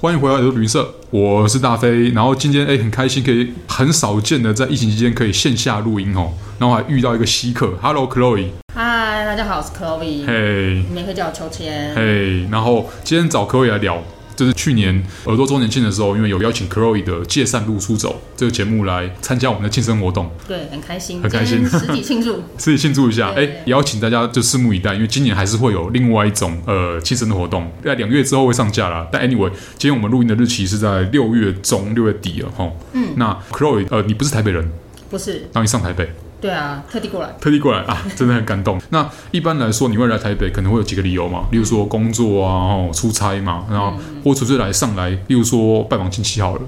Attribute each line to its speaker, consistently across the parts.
Speaker 1: 欢迎回来，我是旅社，我是大飞。然后今天哎、很开心，可以很少见的在疫情期间可以线下录音哦。然后还遇到一个稀客，Hello Chloe，
Speaker 2: 嗨，大家好，我是 Chloe，
Speaker 1: 嘿，
Speaker 2: 你们也可以叫我秋千。
Speaker 1: 嘿。然后今天找 Chloe 来聊，就是去年耳朵周年庆的时候，因为有邀请 Chloe 的《借散路出走》这个节目来参加我们的庆生活动，
Speaker 2: 对，很开心，
Speaker 1: 很开心
Speaker 2: 今天实体庆祝。
Speaker 1: 自己庆祝一下。哎、
Speaker 2: 对
Speaker 1: 也要请大家就拭目以待，因为今年还是会有另外一种呃庆生的活动，在两个月之后会上架啦。但 anyway，今天我们录音的日期是在六月中六月底了哈。嗯，那 Chloe，呃，你不是台北人，
Speaker 2: 不是，
Speaker 1: 然后你上台北，
Speaker 2: 对啊，特地过来。
Speaker 1: 特地过来啊，真的很感动。那一般来说，你会来台北可能会有几个理由嘛，例如说工作啊，哦，出差嘛，然后或纯粹来上来，例如说拜访亲戚好了。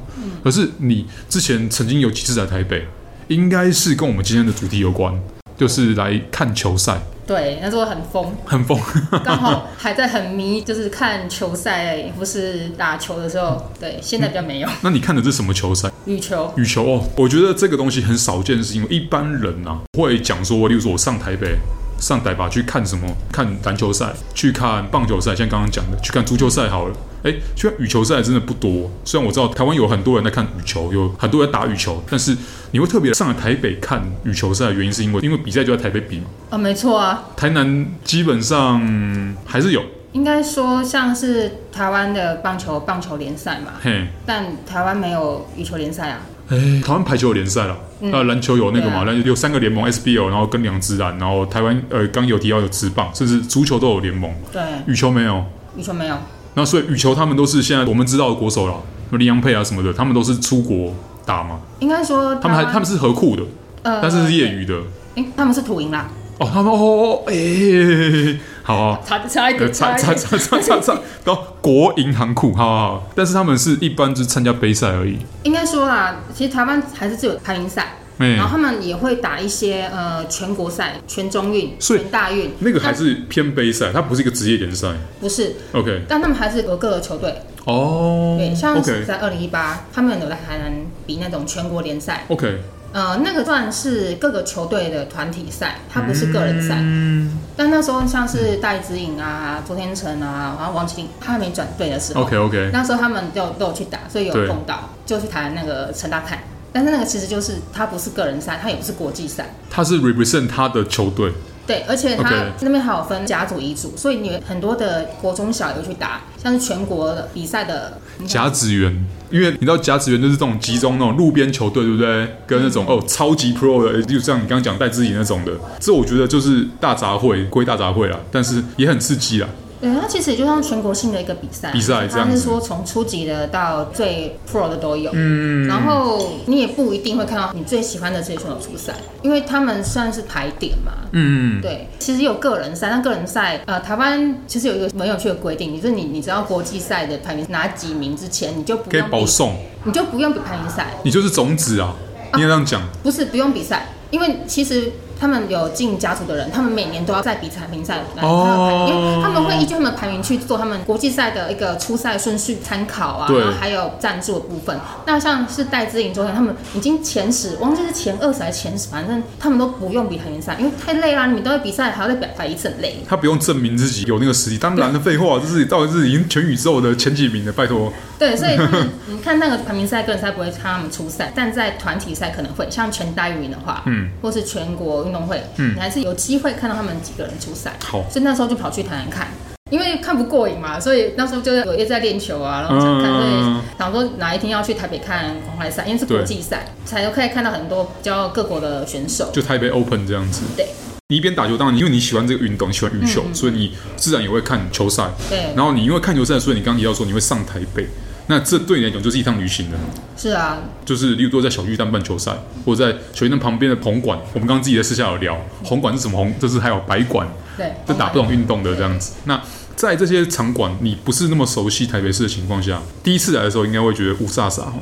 Speaker 1: 可是你之前曾经有几次来台北，应该是跟我们今天的主题有关，就是来看球赛，
Speaker 2: 对，那时候很 疯，
Speaker 1: 很疯。
Speaker 2: 刚好还在很迷，就是看球赛或是打球的时候。对，现在比较 没有
Speaker 1: 那你看的是什么球赛？
Speaker 2: 羽球。
Speaker 1: 羽球哦，我觉得这个东西很少见，是因为一般人啊会讲说，例如说我上台北、上台吧去看什么，看篮球赛，去看棒球赛，像刚刚讲的，去看足球赛好了。哎，去看羽球赛真的不多。虽然我知道台湾有很多人在看羽球，有很多人打羽球，但是你会特别上来台北看羽球赛的原因，是因为因为比赛就在台北比嘛。
Speaker 2: 啊、没错啊，
Speaker 1: 台南基本上嗯还是有，
Speaker 2: 应该说像是台湾的棒球棒球联赛嘛，
Speaker 1: 嘿，
Speaker 2: 但台湾没有羽球联赛啊。
Speaker 1: 哎，台湾排球有联赛了，
Speaker 2: 嗯
Speaker 1: 呃，篮球有那个嘛，篮、球有三个联盟 SBL，然后跟两支篮，然后台湾呃刚有提到有职棒，甚至足球都有联盟，
Speaker 2: 对，
Speaker 1: 羽球没有。
Speaker 2: 羽球没有。
Speaker 1: 那所以羽球他们都是现在我们知道的国手了，林洋配啊什么的，他们都是出国打嘛，
Speaker 2: 应该说
Speaker 1: 他们还
Speaker 2: 台湾
Speaker 1: 他们是合库的，
Speaker 2: 呃
Speaker 1: 但是是业余的。
Speaker 2: 啊对诶他们是土营啦，
Speaker 1: 哦，他们哦哦，哎、欸，好好，
Speaker 2: 差差一
Speaker 1: 呃，
Speaker 2: 点，
Speaker 1: 差
Speaker 2: 差一
Speaker 1: 差
Speaker 2: 点。
Speaker 1: 差差差 差到国银行库，好好好，但是他们是一般就是参加杯赛而已，
Speaker 2: 应该说啦，其实台湾还是只有排名赛，
Speaker 1: 哎、
Speaker 2: 然后他们也会打一些呃全国赛、全中运、
Speaker 1: 所以
Speaker 2: 全大运，
Speaker 1: 那个还是偏杯赛，它不是一个职业联赛
Speaker 2: 不是，
Speaker 1: ，OK。
Speaker 2: 但他们还是有各个球队，
Speaker 1: 哦，
Speaker 2: 对，像是
Speaker 1: OK
Speaker 2: 在二零一八，他们有在台南比那种全国联赛，
Speaker 1: OK，
Speaker 2: 呃，那个算是各个球队的团体赛，它不是个人赛。
Speaker 1: 嗯
Speaker 2: 但那时候像是戴子颖啊、周天成啊，然后王麒麟，他还没转队的时候，
Speaker 1: ，OK OK，
Speaker 2: 那时候他们都有都有去打，所以有
Speaker 1: 对
Speaker 2: 碰到，就去台南那个陈大看。但是那个其实就是它不是个人赛，它也不是国际赛。
Speaker 1: 他是 represent 他的球队，
Speaker 2: 对，而且
Speaker 1: OK
Speaker 2: 他那边还有分甲组、乙组，所以你很多的国中小有去打，像是全国的比赛的嗯你看
Speaker 1: 甲子园，因为你知道甲子园就是这种集中那种路边球队，对不对？跟那
Speaker 2: 嗯
Speaker 1: 种哦超级 pro 的，就像你刚刚讲戴志颖那种的，这我觉得就是大杂烩归大杂烩啦，但是也很刺激啦。
Speaker 2: 对，它其实也就像全国性的一个比赛，
Speaker 1: 比赛这
Speaker 2: 它
Speaker 1: 样子
Speaker 2: 是说从初级的到最 pro 的都有，嗯，然后你也不一定会看到你最喜欢的这些选手出赛，因为他们算是排点嘛。
Speaker 1: 嗯，
Speaker 2: 对，其实有个人赛，但个人赛，呃，台湾其实有一个很有趣的规定，就是你你知道国际赛的排名哪几名之前，你就不
Speaker 1: 可以
Speaker 2: 用
Speaker 1: 保
Speaker 2: 比，
Speaker 1: 送，
Speaker 2: 你就不用比排名赛，
Speaker 1: 你就是种子啊，你也这样讲，
Speaker 2: 不是不用比赛，因为其实他们有进甲组的人，他们每年都要在比排名赛来，
Speaker 1: 哦
Speaker 2: 因为他们会依据他们的排名去做他们国际赛的一个初赛顺序参考啊，
Speaker 1: 对
Speaker 2: 然后还有赞助的部分。那像是戴资颖、周翔，他们已经前十，忘记是前二十还是前十，反正他们都不用比排名赛，因为太累啦，你们都会比赛，还要再比排一次，很累。
Speaker 1: 他不用证明自己有那个实力，当然的废话，这是到底是已经全宇宙的前几名的，拜托。
Speaker 2: 对，所以他
Speaker 1: 嗯
Speaker 2: 们你看那个排名赛、个人赛不会看他们初赛，但在团体赛可能会，像全大运的话，
Speaker 1: 嗯，
Speaker 2: 或是全国运动会，嗯，你还是有机会看到他们几个人出赛。
Speaker 1: 好
Speaker 2: 所以那时候就跑去台南看，因为看不过瘾嘛，所以那时候就有一直在练球啊，然后想看，所以
Speaker 1: 嗯
Speaker 2: 想说哪一天要去台北看公开赛，因为是国际赛，才可以看到很多比较各国的选手。
Speaker 1: 就台北 Open 这样子。
Speaker 2: 对，嗯
Speaker 1: 你一边打球，当然因为你喜欢这个运动，你喜欢羽球，所以你自然也会看球赛。
Speaker 2: 对，
Speaker 1: 然后你因为看球赛，所以你刚提到说你会上台北，那这对你来讲就是一趟旅行了。
Speaker 2: 是啊，
Speaker 1: 就是例如说在小巨蛋办球赛，或者在小巨蛋旁边的红馆，我们刚刚自己在私下有聊，红馆是什么红，就是还有白馆，
Speaker 2: 对，
Speaker 1: 这打不懂运动的这样
Speaker 2: 嗯
Speaker 1: 子。那在这些场馆，你不是那么熟悉台北市的情况下，第一次来的时候应该会觉得乌煞煞，哦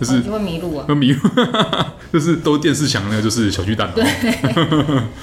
Speaker 1: 就是
Speaker 2: 你就会迷路啊。
Speaker 1: 那迷路， 就是都电视墙那个就是小巨蛋嘛，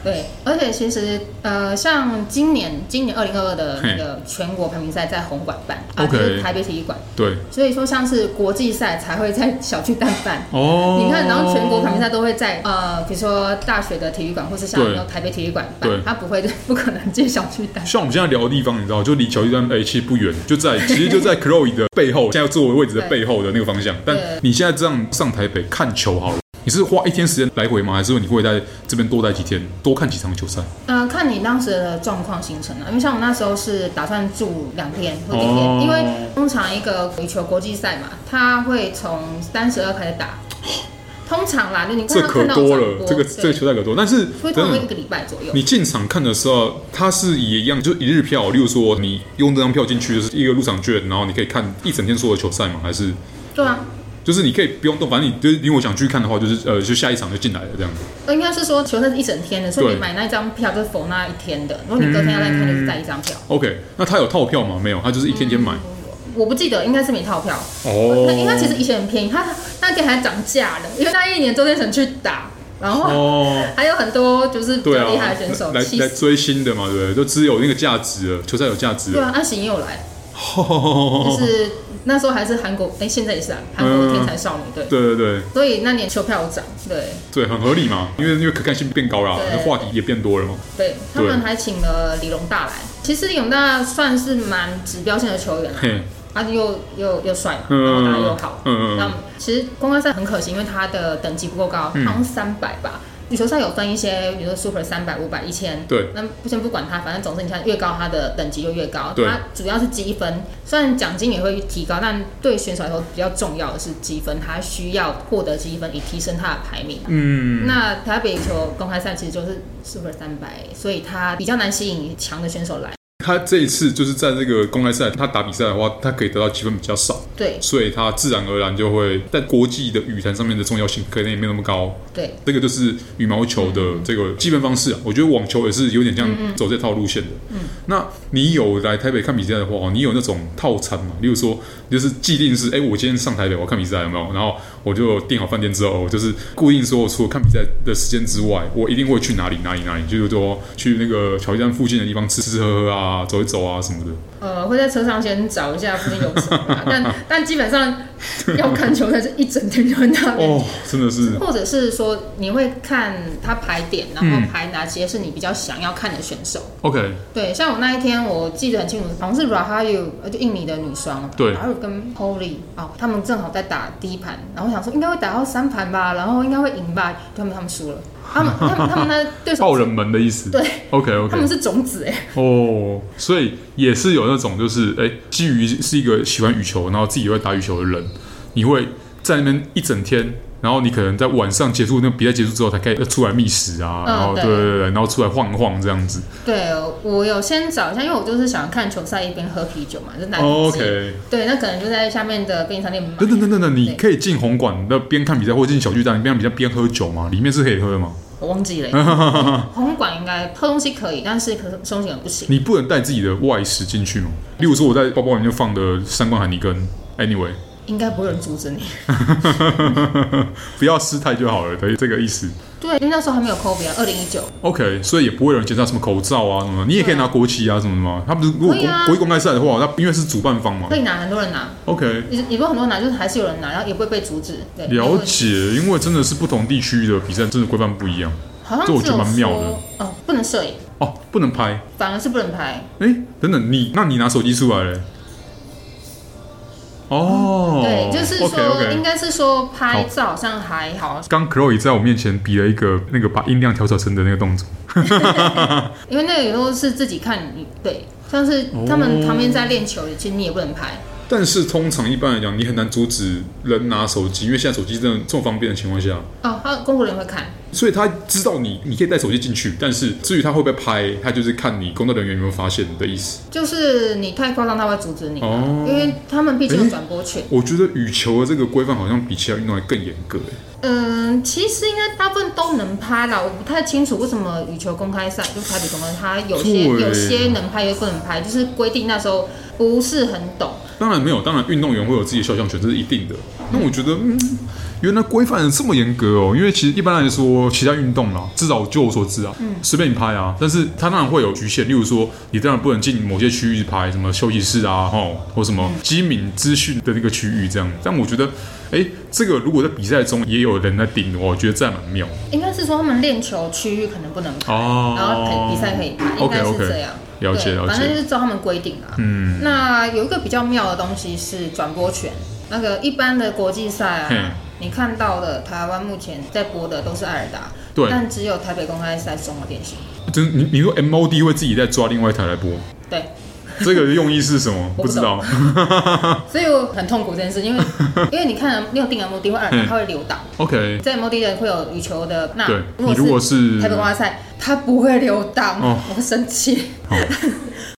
Speaker 2: 对，而且其实呃，像今年今年二零二二的那个全国排名赛在红馆办，啊，
Speaker 1: OK
Speaker 2: 就是台北体育馆，
Speaker 1: 对，
Speaker 2: 所以说像是国际赛才会在小巨蛋办。
Speaker 1: 哦，
Speaker 2: 你看，然后全国排名赛都会在呃，比如说大学的体育馆，或是像
Speaker 1: 对
Speaker 2: 那种台北体育馆
Speaker 1: 对
Speaker 2: 办，他不会不可能进小巨 蛋。
Speaker 1: 像我们现在聊的地方，你知道，就离小巨蛋哎、其实不远，就 在其实就在 Chloe 的背后，现在坐我位置的背后的那个方向。但
Speaker 2: 对
Speaker 1: 你现在这样上台北看球好了，你是花一天时间来回吗？还是说你会在这边多待几天，多看几场球赛？
Speaker 2: 呃，看你当时的状况形成了，因为像我那时候是打算住两天或一天，
Speaker 1: 哦
Speaker 2: 因为通常一个羽球国际赛嘛，它会从三十二开始打， 通常啦，就你看
Speaker 1: 这
Speaker 2: 到
Speaker 1: 可
Speaker 2: 看到
Speaker 1: 多
Speaker 2: 转
Speaker 1: 了，
Speaker 2: 播
Speaker 1: 这个
Speaker 2: 对
Speaker 1: 这个球赛可多。但是
Speaker 2: 所以通
Speaker 1: 真
Speaker 2: 常会
Speaker 1: 的
Speaker 2: 一，个礼拜左右。
Speaker 1: 你进场看的时候，它是也一样，就是一日票。例如说，你用这张票进去，就是一个入场券，然后你可以看一整天所有球赛嘛？还是
Speaker 2: 对啊，
Speaker 1: 就是你可以不用动，反正你就是如果想去看的话，就是呃，就下一场就进来了这样子。
Speaker 2: 呃应该是说球赛是一整天的，所以
Speaker 1: 对
Speaker 2: 你买那一张票就是否那一天的，如果你隔天要再看，就是带一张票。
Speaker 1: OK，那它有套票吗？没有，它就是一天天买。
Speaker 2: 我不记得，应该是没套票。
Speaker 1: 哦，
Speaker 2: 嗯那因为它其实以前很便宜，它那天还涨价了，因为那一年周天成去打，然后
Speaker 1: 哦，
Speaker 2: 还有很多就是比
Speaker 1: 对
Speaker 2: 较
Speaker 1: 啊，
Speaker 2: 厉害的选手，
Speaker 1: 来
Speaker 2: 气
Speaker 1: 来
Speaker 2: 死。
Speaker 1: 追星的嘛，对不对？就只有那个价值了，球赛有价值
Speaker 2: 对
Speaker 1: 了。
Speaker 2: 啊，安行也有来，就
Speaker 1: 哦，
Speaker 2: 是那时候还是韩国，哎、现在也是啊，韩国的天才少女，对。
Speaker 1: 对对对
Speaker 2: 所以那年球票有涨，对
Speaker 1: 对，很合理嘛，因为因为可看性变高啦，
Speaker 2: 对
Speaker 1: 那话题也变多了嘛。
Speaker 2: 对，他们
Speaker 1: 对
Speaker 2: 还请了李龙大来。其实李龙大算是蛮指标性的球员了，啊
Speaker 1: 嘿，
Speaker 2: 他又又又帅嘛，
Speaker 1: 嗯
Speaker 2: 然后打得又好。
Speaker 1: 嗯嗯
Speaker 2: 那其实公开赛很可惜，因为他的等级不够高，
Speaker 1: 嗯
Speaker 2: 好像三百吧。羽球赛有分一些，比如说 Super 三百、五百、一千。
Speaker 1: 对
Speaker 2: 那先不管它，反正总之你看越高，它的等级就越高。
Speaker 1: 对
Speaker 2: 它主要是积分，虽然奖金也会提高，但对选手来说比较重要的是积分，他需要获得积分以提升他的排名。啊
Speaker 1: 嗯，
Speaker 2: 那台北羽球公开赛其实就是 Super 三百，所以它比较难吸引强的选手来。
Speaker 1: 他这一次就是在这个公开赛，他打比赛的话，他可以得到积分比较少，
Speaker 2: 对
Speaker 1: 所以他自然而然就会在国际的羽坛上面的重要性可能也没有那么高。
Speaker 2: 对，
Speaker 1: 这个就是羽毛球的这个基本方式啊。我觉得网球也是有点像走这套路线的。嗯，那你有来台北看比赛的话，哦你有那种套餐嘛？例如说，就是既定是，哎，我今天上台北我要看比赛有没有？然后我就订好饭店之后，我就是固定说，除了看比赛的时间之外，我一定会去哪里哪里哪里，就是说去那个桥站附近的地方吃吃喝喝啊，走一走啊什么的。
Speaker 2: 呃，会在车上先找一下附近有什么吧， 但但基本上要看球赛是一整天就在那边。
Speaker 1: 哦，真的是，
Speaker 2: 或者是说，你会看他排点，然
Speaker 1: 嗯
Speaker 2: 后排哪些是你比较想要看的选手。
Speaker 1: OK，
Speaker 2: 对，像我那一天我记得很清楚，好像是 Rahayu，呃就印尼的女双，
Speaker 1: 对
Speaker 2: ，Rahayu 跟 Holy 哦，他们正好在打第一盘，然后我想说应该会打到三盘吧，然后应该会赢吧，他们他们输了，他们他们他们那对
Speaker 1: 爆
Speaker 2: 手
Speaker 1: 冷门的意思。
Speaker 2: 对
Speaker 1: ，OK OK，
Speaker 2: 他们是种子哎、
Speaker 1: 哦，所以也是有那种就是，哎、基于是一个喜欢羽球，然后自己也会打羽球的人，你会在那边一整天，然后你可能在晚上结束那比赛结束之后，才可以出来觅食啊，
Speaker 2: 嗯
Speaker 1: 然后对
Speaker 2: 对
Speaker 1: 对对，然后出来晃一晃这样子。
Speaker 2: 对我有先找一下，因为我就是想看球赛一边喝啤酒嘛，就拿
Speaker 1: 哦
Speaker 2: 啤酒。
Speaker 1: OK，
Speaker 2: 对，那可能就在下面的便利商店买。
Speaker 1: 等等等等等，你
Speaker 2: 对
Speaker 1: 可以进红馆那边看比赛，或者进小巨蛋边看比赛边喝酒吗？里面是可以喝的吗？
Speaker 2: 我忘记 了。红馆应该喝东西可以，但是可是松醒不行。
Speaker 1: 你不能带自己的外食进去吗？例如说我在包包里面放的三罐海尼根，anyway，
Speaker 2: 应该不会有人阻止你。
Speaker 1: 不要失态就好了，对，这个意思。
Speaker 2: 对，因为那时候还没有 COVID，二零一九。
Speaker 1: OK，所以也不会有人检查什么口罩啊什么的，你也可以拿国旗啊什么的嘛。他们如果
Speaker 2: 可
Speaker 1: 国、
Speaker 2: 以啊
Speaker 1: 国际公开赛的话，那因为是主办方嘛
Speaker 2: 可。以拿，很多人拿，
Speaker 1: OK，
Speaker 2: 也也不是很多人拿，就是还是有人拿，然后也不会被阻止。对，
Speaker 1: 了
Speaker 2: 因为
Speaker 1: 解，因为真的是不同地区的比赛真的规范不一样
Speaker 2: 好
Speaker 1: 这
Speaker 2: 像只
Speaker 1: 我
Speaker 2: 有
Speaker 1: 觉得蛮妙的
Speaker 2: 说哦，不能摄影，
Speaker 1: 哦，不能拍。
Speaker 2: 反而是不能拍。
Speaker 1: 哎，等等，你那你拿手机出来嘞？哦，
Speaker 2: 对，就是说
Speaker 1: OK OK，
Speaker 2: 应该是说拍照好像还好，
Speaker 1: 刚 Chloe 在我面前比了一个那个把音量调小声的那个动作。
Speaker 2: 因为那个有时候是自己看，你对，像是他们
Speaker 1: 哦
Speaker 2: 旁边在练球，其实你也不能拍。
Speaker 1: 但是通常一般来讲，你很难阻止人拿手机，因为现在手机真的这么方便的情况下，
Speaker 2: 哦，还有工作人员会看，
Speaker 1: 所以他知道你，你可以带手机进去，但是至于他会不会拍，他就是看你工作人员有没有发现的意思。
Speaker 2: 就是你太夸张，他会阻止你啊、
Speaker 1: 哦
Speaker 2: 因为他们毕竟有转播权。
Speaker 1: 我觉得羽球的这个规范好像比其他运动还更严格。欸
Speaker 2: 嗯，其实应该大部分都能拍啦，我不太清楚为什么羽球公开赛就台北公开赛，它有些
Speaker 1: 对
Speaker 2: 有些能拍，有些不能拍，就是规定那时候不是很懂。
Speaker 1: 当然没有，当然运动员会有自己的肖像权，这是一定的。那我觉得，嗯，原来规范得这么严格哦。因为其实一般来说，其他运动啦，至少就我所知啊，随便你拍啊，但是它当然会有局限。例如说，你当然不能进某些区域拍，什么休息室啊，吼，或什么机敏资讯的那个区域这样。但我觉得，哎，这个如果在比赛中也有人在盯的话，我觉得这样蛮妙
Speaker 2: 应该是说他们练球区域可能不能拍，
Speaker 1: 哦
Speaker 2: 然后可以比赛可以拍，应
Speaker 1: OK，
Speaker 2: 该是
Speaker 1: OK，
Speaker 2: 这样。
Speaker 1: 哦了解
Speaker 2: 对
Speaker 1: 了解
Speaker 2: 反正就是照他们规定啊。
Speaker 1: 嗯，
Speaker 2: 那有一个比较妙的东西是转播权，那个一般的国际赛
Speaker 1: 嘿
Speaker 2: 啊，你看到的台湾目前在播的都是艾尔达，
Speaker 1: 对
Speaker 2: 但只有台北公开赛是中国电信，
Speaker 1: 就是你你说 MOD 会自己再抓另外一台来播，
Speaker 2: 对。
Speaker 1: 这个用意是什么？
Speaker 2: 我
Speaker 1: 不
Speaker 2: 不
Speaker 1: 知道。
Speaker 2: 所以我很痛苦这件事，因为因为你看你有定 MOD 或二
Speaker 1: 嗯，
Speaker 2: 它会留档，
Speaker 1: OK，
Speaker 2: 在 MOD 的会有羽球的，那
Speaker 1: 对你如果是
Speaker 2: 台北公开赛，它不会留档，
Speaker 1: 哦
Speaker 2: 我生气。
Speaker 1: 好。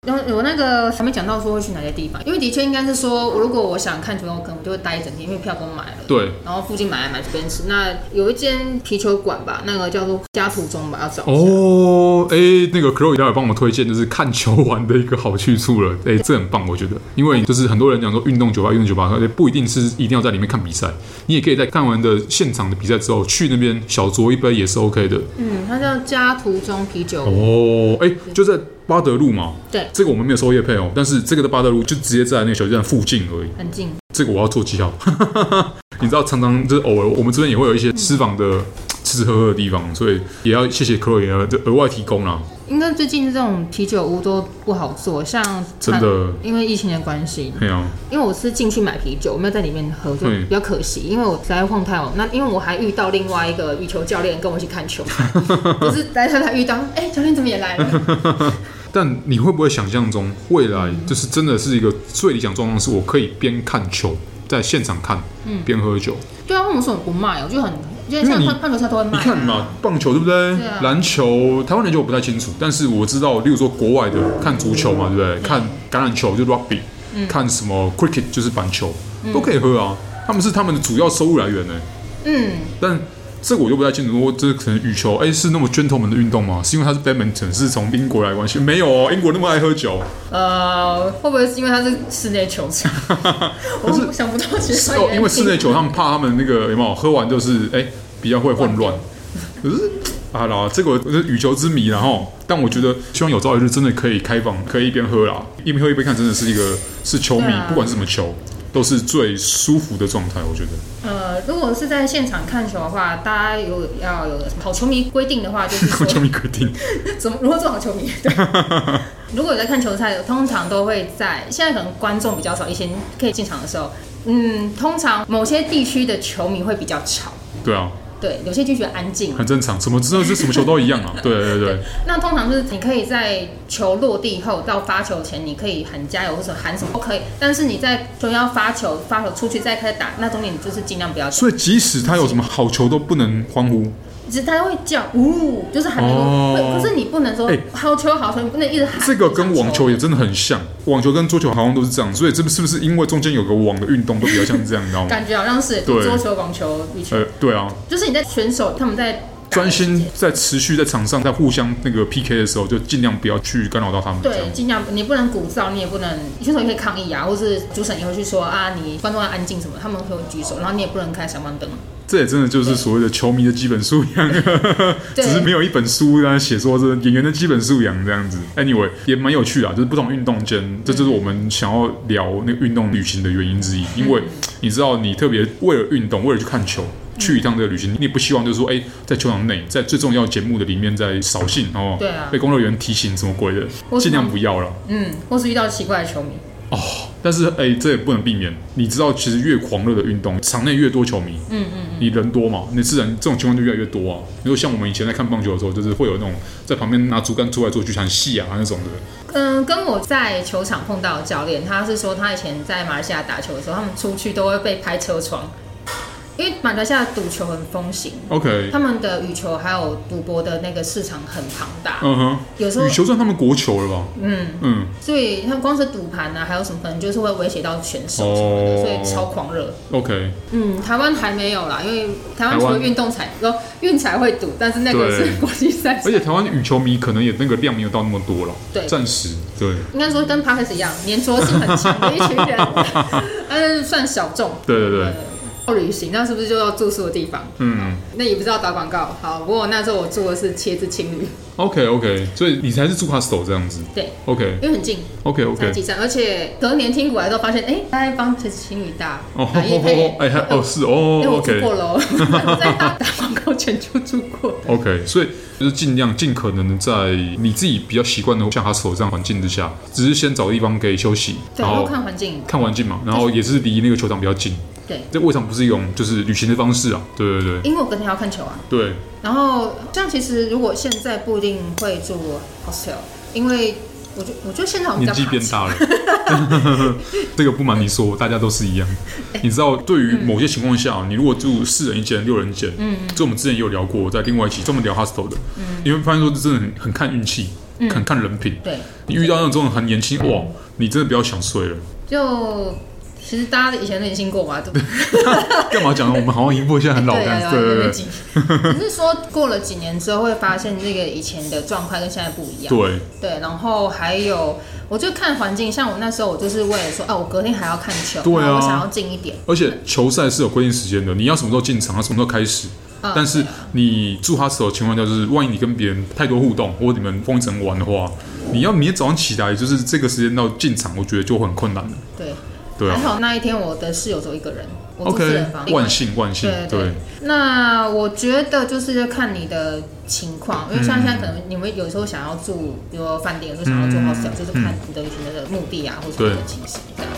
Speaker 2: 然后 有那个还没讲到说会去哪些地方，因为的确应该是说，如果我想看球，我可能就会待一整天，因为票都买了。
Speaker 1: 对，
Speaker 2: 然后附近买来买去边吃。那有一间啤酒馆吧，那个叫做家途中吧，要找一下。
Speaker 1: 哦，哎，那个 Chloe 待会帮我推荐，就是看球玩的一个好去处了。哎，这很棒，我觉得，因为就是很多人讲说运动酒吧、运动酒吧，哎，不一定是一定要在里面看比赛，你也可以在看完的现场的比赛之后，去那边小酌一杯也是 OK 的。
Speaker 2: 嗯，它叫家途中啤酒屋。
Speaker 1: 哦，哎，就在巴德路嘛，
Speaker 2: 对，
Speaker 1: 这个我们没有收业配哦，但是这个的巴德路就直接在那个小巨蛋附近而已。
Speaker 2: 很近。
Speaker 1: 这个我要做记号。 你知道，常常就是偶尔我们这边也会有一些私房的吃吃喝喝的地方，所以也要谢谢 Chloe 啊这额外提供啦。
Speaker 2: 应该最近这种啤酒屋都不好做，像
Speaker 1: 真的
Speaker 2: 因为疫情的关系，
Speaker 1: 对啊，
Speaker 2: 因为我是进去买啤酒，我没有在里面喝，就
Speaker 1: 嗯
Speaker 2: 比较可惜。因为我实在晃太晚，那因为我还遇到另外一个羽球教练跟我一 起看球，不是来他来遇到，哎、教练怎么也来了？
Speaker 1: 但你会不会想象中未来就是真的是一个最理想状况，是我可以边看球在现场看，边喝酒。
Speaker 2: 对啊，为什么不卖？我就很，因为
Speaker 1: 因为
Speaker 2: 像
Speaker 1: 你
Speaker 2: 棒棒球赛都会卖、
Speaker 1: 你
Speaker 2: 啊，
Speaker 1: 看嘛，棒球对不对
Speaker 2: 对啊？
Speaker 1: 篮球，台湾篮球我不太清楚，但是我知道，例如说国外的看足球嘛，对不
Speaker 2: 嗯
Speaker 1: 对？看橄榄球就 rugby，看什么 cricket 就是板球，都可以喝啊。他们是他们的主要收入来源呢。
Speaker 2: 嗯，
Speaker 1: 但这个我就不太清楚，我这可能羽球，哎，是那么 gentleman 的运动吗？是因为它是 badminton 是从英国来的关系？没有哦，英国那么爱喝酒，
Speaker 2: 呃，会不会是因为它是室内球 场？我想不到其实它
Speaker 1: 哦，
Speaker 2: 也
Speaker 1: 因为室内球他们怕他们那个有没有喝完就是哎、比较会混 乱。可是啊啦，这个我是羽球之谜啦哈。但我觉得希望有朝一日真的可以开放，可以一边喝啦，一边喝一边看，真的是一个是球迷
Speaker 2: 对啊，
Speaker 1: 不管是什么球，都是最舒服的状态。我觉得
Speaker 2: 呃，如果是在现场看球的话，大家有要有好球迷规定的话，就 是
Speaker 1: 跟球
Speaker 2: 说
Speaker 1: 迷规定，
Speaker 2: 怎么如何做好球 迷。对如果有在看球赛，通常都会在现在可能观众比较少，以前可以进场的时候，嗯，通常某些地区的球迷会比较吵，
Speaker 1: 对啊，
Speaker 2: 对，有些地区安静。
Speaker 1: 很正常。什么真的是什么球都一 样啊，对对对。
Speaker 2: 那通常就是你可以在球落地后到发球前，你可以喊加油或者喊什么都可以，但是你在球要发球、发球出去再开始打，那中间你就是尽量不要讲，
Speaker 1: 所以即使他有什么好球都不能欢呼，
Speaker 2: 只是他会叫呜，就是喊那个，
Speaker 1: 哦
Speaker 2: 会可是你不能说
Speaker 1: 哎
Speaker 2: 好球好球，你不能一直喊。
Speaker 1: 这个跟网球
Speaker 2: 一直
Speaker 1: 也真的很像，网球跟桌球好像都是这样，所以这是不是因为中间有个网的运动都比较像这样，你知道
Speaker 2: 喊
Speaker 1: 吗？
Speaker 2: 感觉好像是
Speaker 1: 对
Speaker 2: 桌球、网球、羽球，
Speaker 1: 呃，对啊，
Speaker 2: 就是你在选手他们在打
Speaker 1: 专
Speaker 2: 的时间
Speaker 1: 心在持续在场上在互相那个 PK 的时候，就尽量不要去干扰到他们。这样
Speaker 2: 对，尽量你不能鼓噪，你也不能选手也可以抗议啊，或是主审也会去说啊，你观众要安静什么，他们会举手，然后你也不能开闪光灯。
Speaker 1: 这也真的就是所谓的球迷的基本素养，
Speaker 2: 对
Speaker 1: 只是没有一本书让他写说是演员的基本素养这样子。Anyway，也蛮有趣啊，就是不同运动间，这
Speaker 2: 嗯
Speaker 1: 就是我们想要聊那个运动旅行的原因之一。因
Speaker 2: 嗯
Speaker 1: 为你知道，你特别为了运动，为了去看球。去一趟这个旅行，你也不希望就是说，哎、在球场内，在最重要的节目的里面在扫兴哦，
Speaker 2: 对啊
Speaker 1: 被工作人员提醒什么鬼的，
Speaker 2: 我
Speaker 1: 尽量不要了。
Speaker 2: 嗯，或是遇到奇怪的球迷。
Speaker 1: 但是哎、这也不能避免。你知道，其实越狂热的运动，场内越多球迷，嗯嗯你人多嘛，你自然这种情况就越来越多啊。比如像我们以前在看棒球的时候，就是会有那种在旁边拿竹竿做来做去很戏啊那种的。
Speaker 2: 嗯，跟我在球场碰到的教练，他是说他以前在马来西亚打球的时候，他们出去都会被拍车窗，因为马来西亚赌球很风行，
Speaker 1: OK，
Speaker 2: 他们的羽球还有赌博的那个市场很庞大，
Speaker 1: 嗯哼，
Speaker 2: 有时候
Speaker 1: 羽球算他们国球了吧？
Speaker 2: 嗯，
Speaker 1: 嗯，
Speaker 2: 所以他们光是赌盘啊，还有什么可能就是会威胁到选手什么的，
Speaker 1: 哦
Speaker 2: 所以超狂热。
Speaker 1: OK，
Speaker 2: 嗯，台湾还没有啦，因为台湾除
Speaker 1: 台
Speaker 2: 了
Speaker 1: 湾
Speaker 2: 运动彩，呃，运彩会赌，但是那个
Speaker 1: 对
Speaker 2: 是国际赛
Speaker 1: 而
Speaker 2: 事，
Speaker 1: 且台湾羽球迷可能也那个量没有到那么多了，
Speaker 2: 对
Speaker 1: 暂时对
Speaker 2: 应该说跟 p a r k e s 一样，粘着性很强的一群人， 但是算小众。
Speaker 1: 对对对，
Speaker 2: 呃旅行那是不是就要住宿的地方？
Speaker 1: 嗯
Speaker 2: 那也不知道打广告。好，不过那时候我住的是茄子青旅，
Speaker 1: ，OK OK，所以你才是住 hostel 这样子
Speaker 2: 对，
Speaker 1: ，OK
Speaker 2: 因为很近，
Speaker 1: OK
Speaker 2: 才
Speaker 1: OK，
Speaker 2: 几站，而且隔年听过来之后发现，哎、他在帮茄子青旅打
Speaker 1: 哦，
Speaker 2: 打夜配，
Speaker 1: 哎还哦是哦
Speaker 2: 因为我住
Speaker 1: ，OK
Speaker 2: 过楼， 在他打广告前就住过。
Speaker 1: OK，所以就是尽量尽可能的在你自己比较习惯的像 hostel 这样环境之下，只是先找地方可以休息，
Speaker 2: 对，
Speaker 1: 然
Speaker 2: 然后
Speaker 1: 后
Speaker 2: 看环境，
Speaker 1: 看环境嘛，然后也是离那个球场比较近，
Speaker 2: 对，
Speaker 1: 这未尝不是一种就是旅行的方式啊，对对对
Speaker 2: 因为我隔天要看球啊。
Speaker 1: 对，
Speaker 2: 然后这样其实如果现在不一定会住 hostel，因为我就我觉得现场比较
Speaker 1: 年纪
Speaker 2: 怕
Speaker 1: 变大
Speaker 2: 吵
Speaker 1: 了， 这个不瞒你说，大家都是一样。你知道，对于某些情况下，
Speaker 2: 嗯
Speaker 1: 你如果住四人一间、六人间，嗯，这我们之前也有聊过，在另外一期专门聊 hostel 的，
Speaker 2: 嗯
Speaker 1: 你会发现说，这真的很很看运气，很看人品。
Speaker 2: 对，
Speaker 1: 你遇到那种很年轻，哇，你真的不要想睡了。
Speaker 2: 就其实大家以前都已经过嘛，对不对？啊
Speaker 1: 干嘛讲呢？我们好像一步 现在很 老的样子，对对对
Speaker 2: 对。只是说过了几年之后，会发现那个以前的状态跟现在不一样。
Speaker 1: 对，
Speaker 2: 对，然后还有，我就看环境，像我那时候，我就是为了说，啊，我隔天还要看球，
Speaker 1: 对啊
Speaker 2: 然后我想要近一点。
Speaker 1: 而且球赛是有规定时间的，你要什么时候进场，要什么时候开始。
Speaker 2: 嗯
Speaker 1: 但是你住 hostel 的情况下，就是万一你跟别人太多互动，或者你们封城玩的话，你要明天早上起来，就是这个时间到进场，我觉得就很困难了。
Speaker 2: 对，
Speaker 1: 对
Speaker 2: 还
Speaker 1: 啊
Speaker 2: 好那一天我的室友只有一个人，哎我住四
Speaker 1: ，OK，
Speaker 2: 人房，
Speaker 1: 万幸万幸
Speaker 2: 对，对
Speaker 1: 对，
Speaker 2: 那我觉得就是看你的情况，因为像现在可能你们有时候想要住，比如说饭店，就想要住 hostel，、就是看你的选择的目的啊，或者你的
Speaker 1: 对
Speaker 2: 情形这样。